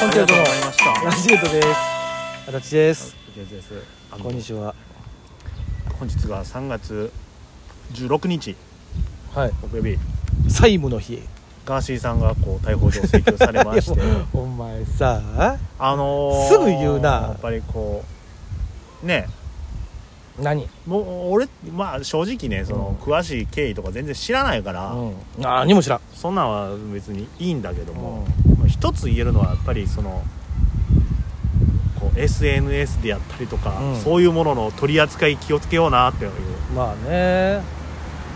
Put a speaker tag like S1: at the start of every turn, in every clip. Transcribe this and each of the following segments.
S1: コンチェルトのラジエットです。あたちです。
S2: ですあの
S1: こんにちは。
S2: 本日が3月16日
S1: はい。
S2: 木曜日
S1: 債務の日。
S2: ガーシーさんがこう逮捕状を請求されまして
S1: お前さあ、
S2: あのー
S1: すぐ言うな
S2: やっぱりこうね
S1: 何？
S2: もう俺まあ正直ねその、詳しい経緯とか全然知らないから、
S1: うん。何も知らん。
S2: そんなんは別にいいんだけども、
S1: う
S2: まあ一つ言えるのはやっぱりそのこう SNS でやったりとか、
S1: うん
S2: そういうものの取り扱い気をつけようなっていう
S1: まあね。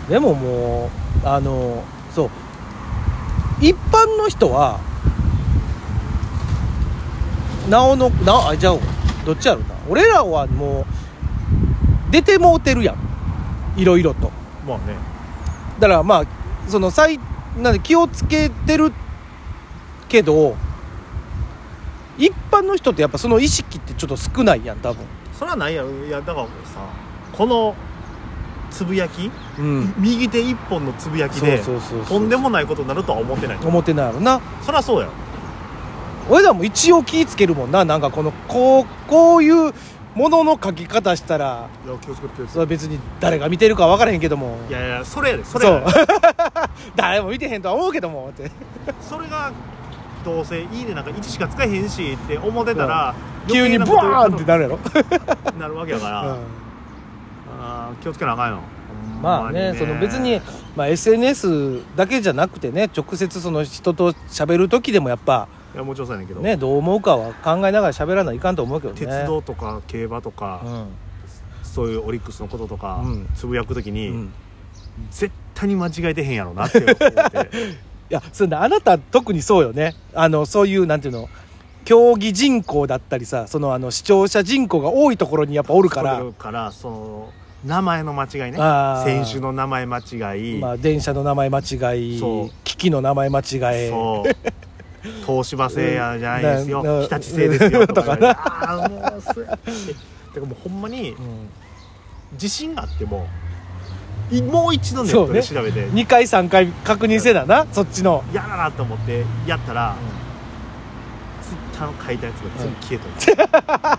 S1: でももうあのそう一般の人はなおのなあじゃあどっちやろうな。俺らはもう出てもうてるやん。いろいろと。
S2: まあね
S1: だからまあその最なんで気をつけてるけど一般の人ってやっぱその意識ってちょっと少ないやん多分
S2: それはないやろいやだからさこのつぶやき
S1: うん
S2: 右手一本のつぶやき
S1: そう
S2: で
S1: そうそうそ
S2: とんで
S1: う
S2: もないことになるとは思ってない
S1: 思ってないやろな
S2: そりゃそうやろ
S1: 俺らも一応気ぃつけるもんななんかこのこうこういうものの書き方したら
S2: いや気をつけて気をつ
S1: それは別に誰が見てるか分からへんけども
S2: いやいやそれやでそ
S1: そ
S2: れや
S1: う
S2: で
S1: 誰も見てへんとは思うけどもって
S2: それがどうせいいねなんか1しか使えへんしって思ってたら、
S1: 急に
S2: 余
S1: ブ
S2: 計なこと
S1: ワーンってなるやろ、
S2: なるわけやから、
S1: うん
S2: あー気をつけなあかんよほん
S1: まあねその別に、まあ、SNS だけじゃなくてね直接その人と喋る時でもやっぱ
S2: いやもうちょいそうやねんけど、
S1: ねどう思うかは考えながら喋らないかんと思うけどね
S2: 鉄道とか競馬とか、
S1: うん、
S2: そういうオリックスのこととか、
S1: うん
S2: つぶやくときに、
S1: うん、い
S2: 絶対に間違えてへんやろなって思って
S1: やそれねあなた特にそうよねあのそういうなんていうの競技人口だったりさそのあの視聴者人口が多いところにやっぱおるか
S2: そ
S1: ら
S2: れ、からその名前の間違いね
S1: あ
S2: 選
S1: ー
S2: 手の名前間違い、
S1: まあ、電車の名前間違い
S2: そう
S1: 機器の名前間違え
S2: そう東芝製やじゃないですよ、
S1: なな
S2: 日立製ですよとか
S1: とかな
S2: ああもうそうやってかもうほんまに
S1: う
S2: 自信があってもいもう一度ネッ
S1: そう
S2: ト
S1: ね
S2: で調べて、
S1: ん、2回3回確認せななそっちの
S2: 嫌だなと思ってやったら、ツイッターの書いたやつが全部消えとる、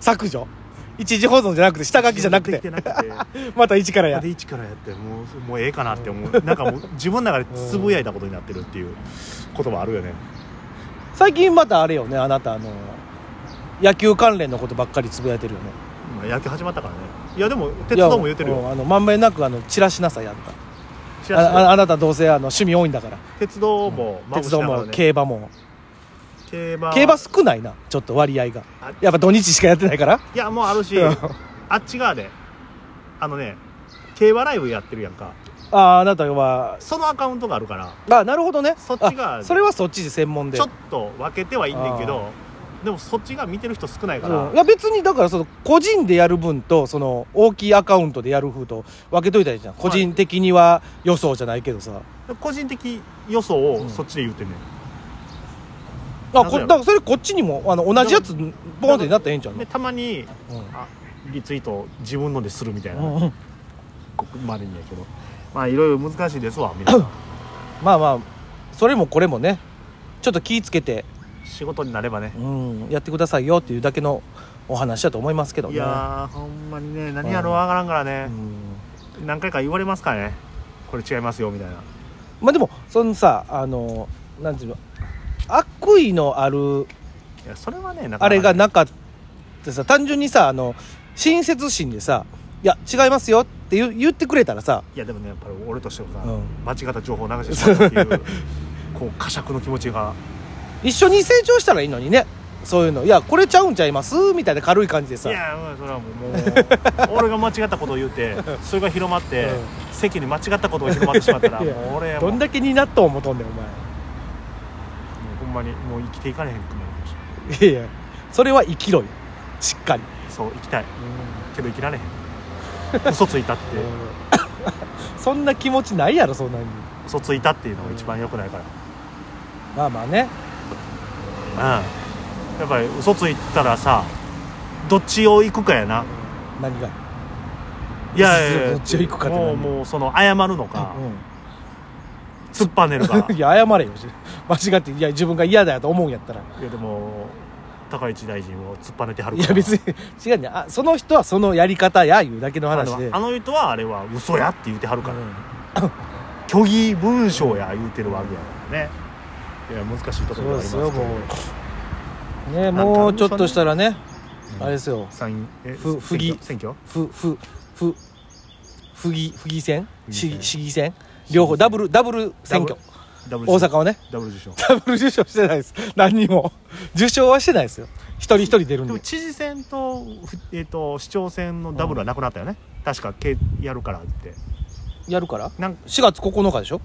S1: 削除一時保存じゃなくて下書きじゃなく
S2: でき
S1: て
S2: てなくて
S1: また一からや
S2: で一からやってもうもうええかなって思う、なんかもう自分の中でつぶやいたことになってるっていうこともあるよね、
S1: 最近またあれよねあなたあの野球関連のことばっかりつぶやいてるよね
S2: まあ、野球始まったからねいやでも鉄道も言うてる
S1: いや
S2: よ
S1: んあのまんべんなくあの散らしなさいあんた
S2: 知ら
S1: ああ
S2: ん
S1: あなたどうせあの趣味多いんだから
S2: 鉄道もまぶ
S1: 鉄
S2: しな
S1: 道
S2: がら
S1: も
S2: ね
S1: 競馬も
S2: 競馬
S1: 競馬少ないなちょっと割合が
S2: あ
S1: やっぱ土日しかやってないから
S2: いやもうあるし
S1: うん
S2: あっち側であのね競馬ライブやってるやんか
S1: あああなたは
S2: そのアカウントがあるから
S1: あなるほどね
S2: そっちが
S1: あそれはそっちで専門で
S2: ちょっと分けてはいいんねんけどでもそっちが見てる人少ないから、
S1: うんいや別にだからその個人でやる分とその大きいアカウントでやる風と分けといたらいいじゃん個人的には予想じゃないけどさ、
S2: 個人的予想
S1: う
S2: を
S1: ん
S2: そっちで言うてんねん、な
S1: あこ
S2: ぜや
S1: だ
S2: ろ
S1: からそれこっちにもあの同じやつボーンってなったらええんちゃうの
S2: でたまに
S1: う
S2: あリツイート自分のでするみたいな、
S1: んうん
S2: ここまでにやけどまあいろいろ難しいですわ皆さん
S1: まあまあそれもこれもねちょっと気ぃつけて、
S2: 仕事になればね
S1: うん、やってくださいよっていうだけのお話だと思いますけどね
S2: いやーほんまにね何やろうわからんから
S1: う
S2: ね、
S1: ん
S2: 何回か言われますからねこれ違いますよみたいな
S1: まあでもそのさあのなんていうの悪意のある
S2: いやそれはねなかなか
S1: あれがなかったさ単純にさあの親切心でさ「いや違いますよ」って言う言ってくれたらさ
S2: いやでもねやっぱり俺としてもさ、
S1: うん
S2: 間違った情報を流してしまう っていうこう呵責の気持ちが
S1: 一緒に成長したらいいのにねそういうの「いやこれちゃうんちゃいます?」みたいな軽い感じで
S2: い
S1: さ
S2: やもうそれはもうもう俺が間違ったことを言う てそれが広まって、
S1: うん
S2: 世間に間違ったことが広まってしまったら
S1: い
S2: も
S1: や
S2: う俺はもう
S1: ど
S2: ん
S1: だけになっと思とんねんお
S2: もうほんまにもう生きていかれへんくなるかもしれない
S1: 前いやいやそれは生きろよしっかり、
S2: そう生きたいけど生きられへん嘘ついたって
S1: うん そんな気持ちないやろそんなに
S2: 嘘ついたっていうのが一番良くないから
S1: まあまあね
S2: うんやっぱり嘘ついたらさどっちを行くかやな
S1: 何が
S2: いやいやいや
S1: どっちを行くかって
S2: も
S1: 何
S2: うもうその謝るのか、突っぱねるか
S1: うんいや謝れよ間違っていや自分が嫌だと思うんやったら
S2: いやでも高市大臣を突っぱねてはる
S1: い
S2: から
S1: や別に 違うねあその人はそのやり方やいうだけの
S2: あ
S1: 話で
S2: のあの人はあれは嘘やって言うてはるから、
S1: うん
S2: 虚偽文章や言うてるわけやからねいや難しいとこ
S1: そ
S2: ろ
S1: う
S2: がありま
S1: で
S2: すす
S1: よ
S2: けど
S1: もうねもうちょっとしたらね
S2: うん
S1: あれですよ
S2: 参院え
S1: ふ不義
S2: 選挙
S1: ふふふ不義不義戦市
S2: 不義戦
S1: 議市議選両方ダブルダブル選挙
S2: ダブル
S1: 大阪はね
S2: ダブル受賞
S1: ダブル受賞してないです何にも 受賞はしてないですよ一人一人出るん
S2: でも
S1: で
S2: 知事選と,ふ、えー、と市長選のダブルはなくなったよね、確かけやるからって
S1: やるから
S2: なん
S1: 4月9日でし ょ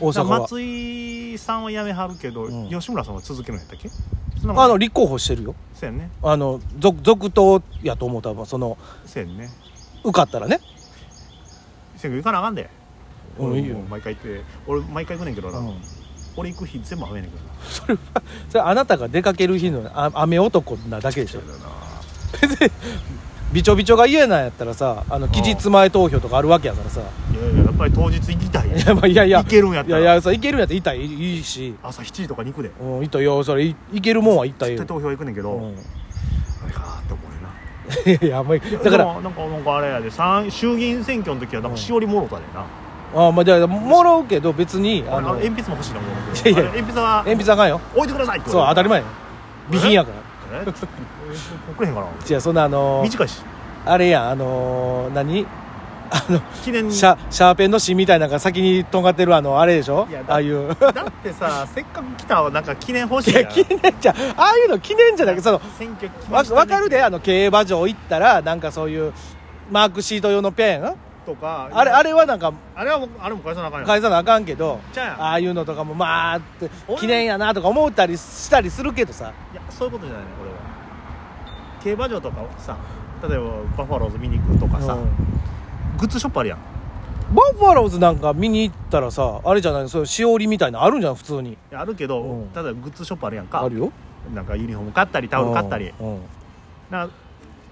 S1: 大阪は
S2: 松井さんは辞めはるけど、
S1: うん
S2: 吉村さんは続けるんやったっけそんなこと
S1: あの立候補してるよ
S2: そうやんね
S1: あの続続投やと思うたらその
S2: そうやんね
S1: 受かったらね
S2: 選挙行かなあかんで
S1: うん
S2: 俺
S1: いいよ
S2: もう毎回行って俺毎回行くねんけどな、
S1: うん
S2: 俺行く日全部雨やねんけどな
S1: それあなたが出かける日のあ雨男なだけでしょ
S2: そうだよな
S1: びちょびちょが嫌なんやったらさあの期日前投票とかあるわけやからさ
S2: いやいややっぱり当日行きたい
S1: いやまあいやいや
S2: 行けるんやっ
S1: い
S2: た
S1: や
S2: ら
S1: いやさ行けるんやったら痛いいいし
S2: 朝7時とかに行くで
S1: うんいたよそれい行けるもんは行った
S2: 絶
S1: よ
S2: 対投票行くねんけど、
S1: うん、い
S2: あれかーって思うよな
S1: やいやあんまり だか
S2: で
S1: ら
S2: もなんかなんかあれやで参衆議院選挙の時はなんかしおりもろたでな、
S1: あまあじゃあもらうけど別に
S2: あ
S1: あ
S2: の
S1: の
S2: 鉛
S1: 鉛
S2: 筆も欲しいなもん俺
S1: いやいや
S2: あれ鉛筆は
S1: 筆あかんよ
S2: 置いてくださいって
S1: そう当たり前よ備品やから
S2: ええ送れへんかな
S1: じゃあそんなあのー
S2: 短いし
S1: あれやんあのー何 あの
S2: 記念
S1: シャシャーペンの芯みたいなのが先にとんがってるあのあれでしょ
S2: いやだ
S1: ああいう
S2: だってさ せっかく来たわなんか記念欲しい
S1: いや記念じゃんああいうの記念じゃなくてその
S2: 選挙来ま
S1: わ
S2: したね
S1: わかるであの競馬場行ったらなんかそういうマークシート用のペン
S2: とか
S1: あれあれはなんか
S2: あれはもうあれも返さなあかんやん
S1: 返さなあかんけど
S2: じゃあ
S1: ああいうのとかもまあって
S2: 俺
S1: 記念やなとか思ったりしたりするけどさ
S2: いやそういうことじゃないね俺は競馬場とかさ例えばバファローズ見に行くとかさ、
S1: うん
S2: グッズショップあるやんい
S1: バファローズなんか見に行ったらさあれじゃないそういうしおりみたいなのあるんじゃん普通に
S2: やあるけど、
S1: うん
S2: 例えばグッズショップあるやんか
S1: あるよ
S2: なんかユニフォーム買ったりタオル買ったり
S1: うんうん
S2: な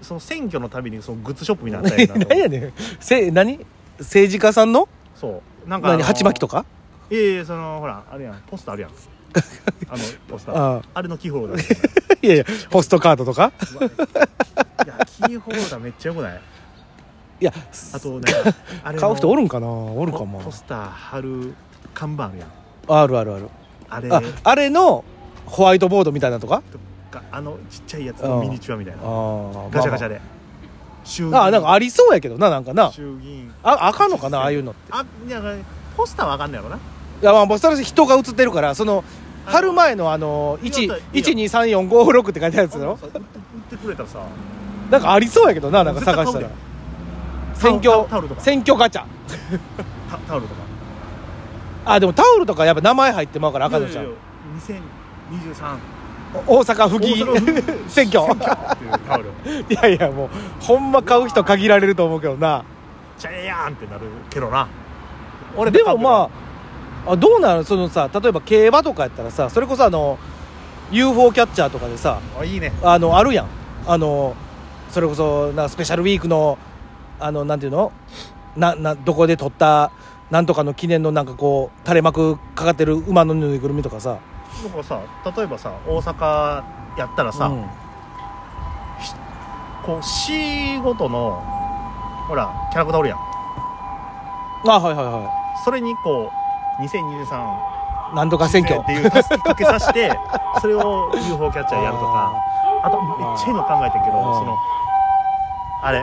S2: その選挙のたびにそのグッズショップみたいなのあったりな
S1: 何やねんせ何政治家さんの
S2: そうなんか
S1: 何鉢巻きと
S2: か
S1: か
S2: い やいやそのほらあれやんポスターあるやんあのポスターあ
S1: あ
S2: れのキーホルダー
S1: あいやいやポストカードとか
S2: うわ いやキーホルダーめっちゃよくない
S1: いや
S2: あとねあれの
S1: 買う人おるんかなおるかも
S2: ポスター貼る看板あるやん
S1: あるあるある
S2: あれ
S1: ああれのホワイトボードみたいなのとか
S2: があのちっちゃいやつのミニチュアみたいな
S1: あ
S2: ガチャガチャ
S1: で、
S2: で衆
S1: ああなんかありそうやけどななんかな
S2: 衆議院
S1: ああかんのかなああいうのって
S2: あいやポスターはあかんねやろない
S1: やまあもうそれ人が映ってるからその
S2: あの
S1: 春前のあの
S2: いいよ
S1: 12345って書いてあるやつだろ
S2: 売って売ってくれたらさ
S1: なんかありそうやけどななんか
S2: 絶対
S1: 探したら
S2: タオル
S1: 選
S2: でタオルタオル
S1: 挙
S2: とか
S1: 選挙ガチャ
S2: タタオルとか
S1: あでもタオルとかやっぱ名前入ってまうからあかんの
S2: い
S1: ち
S2: や
S1: ゃ
S2: いや
S1: ん
S2: いや2023
S1: お大阪府議
S2: 大阪府議
S1: 選挙
S2: っていうタオル
S1: いやいやもうほんま買う人限られると思うけどな
S2: じゃええやんってなるけどな
S1: 俺でもまああどうなのそのさ例えば競馬とかやったらさそれこそあの UFO キャッチャーとかでさ
S2: あいいね
S1: あのあるやんあのそれこそなスペシャルウィークのあのなんていうのななどこで取ったなんとかの記念のなんかこう垂れ幕かかってる馬のぬいぐるみとかさ
S2: なんかさ例えばさ大阪やったらさ、
S1: うん
S2: こう市ごとのほらキャラクターおるやん
S1: あはいはいは
S2: それにこう2023
S1: いなんとか選挙
S2: っていうたすきかけさせ てそれを UFO キャッチャーやるとかあとめっちゃ今考えてんけど
S1: あー
S2: そのあれ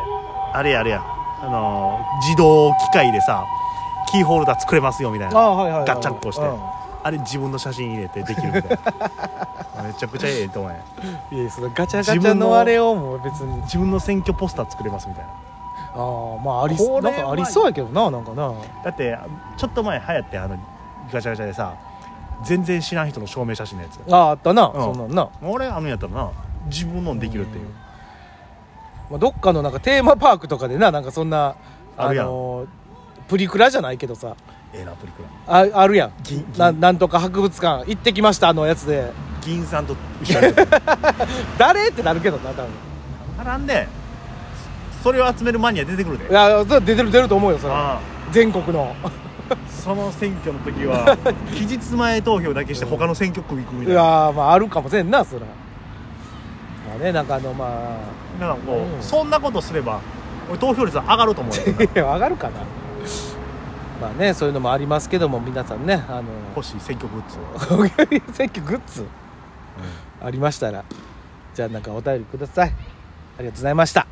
S2: あれやあれやあのー自動機械でさキーホルダー作れますよみたい
S1: あ
S2: な
S1: はいはいはい
S2: ガッチャンコして
S1: う
S2: あれ自分の写真入れてできるみたい なめちゃくちゃええと思うね
S1: んいやそのガチャガ
S2: 自
S1: チャ
S2: 分
S1: の
S2: の
S1: あれをもう別に
S2: 自分の選挙ポスター作れますみたいな
S1: ああまああり
S2: これ
S1: な
S2: は
S1: んかありそうやけどななんかな
S2: だってちょっと前流行ってあのガチャガチャでさ全然知らん人の証明写真のやつ
S1: あああったな、
S2: うん
S1: そんなんな、
S2: 俺あのやったらな自分のんできるっていう
S1: まあ、どっかのなんかテーマパークとかでななんかそんな
S2: あるやん
S1: のプリクラじゃないけどさ
S2: ええなプリクラ
S1: ああるやん
S2: 銀銀
S1: ななんとか博物館行ってきましたあのやつで
S2: 銀さんと一緒にやってる
S1: 誰ってなるけどな多分
S2: 並んでそれを集めるマニア出てくるで
S1: いやそれ出てる出ると思うよそれ
S2: あ
S1: 全国の
S2: その選挙の時は期日前投票だけして他の選挙区行くみ
S1: い
S2: たいな
S1: やーまああるかもせんなそらまあねなんかあのま
S2: なんかこう、
S1: うん
S2: そんなことすれば俺投票率上がると思うよ
S1: あいや上がるかなまあねそういうのもありますけども皆さんねあの
S2: 欲しい選挙グッズを
S1: おかげ選挙グッズありましたらじゃあなんかお便りくださいありがとうございました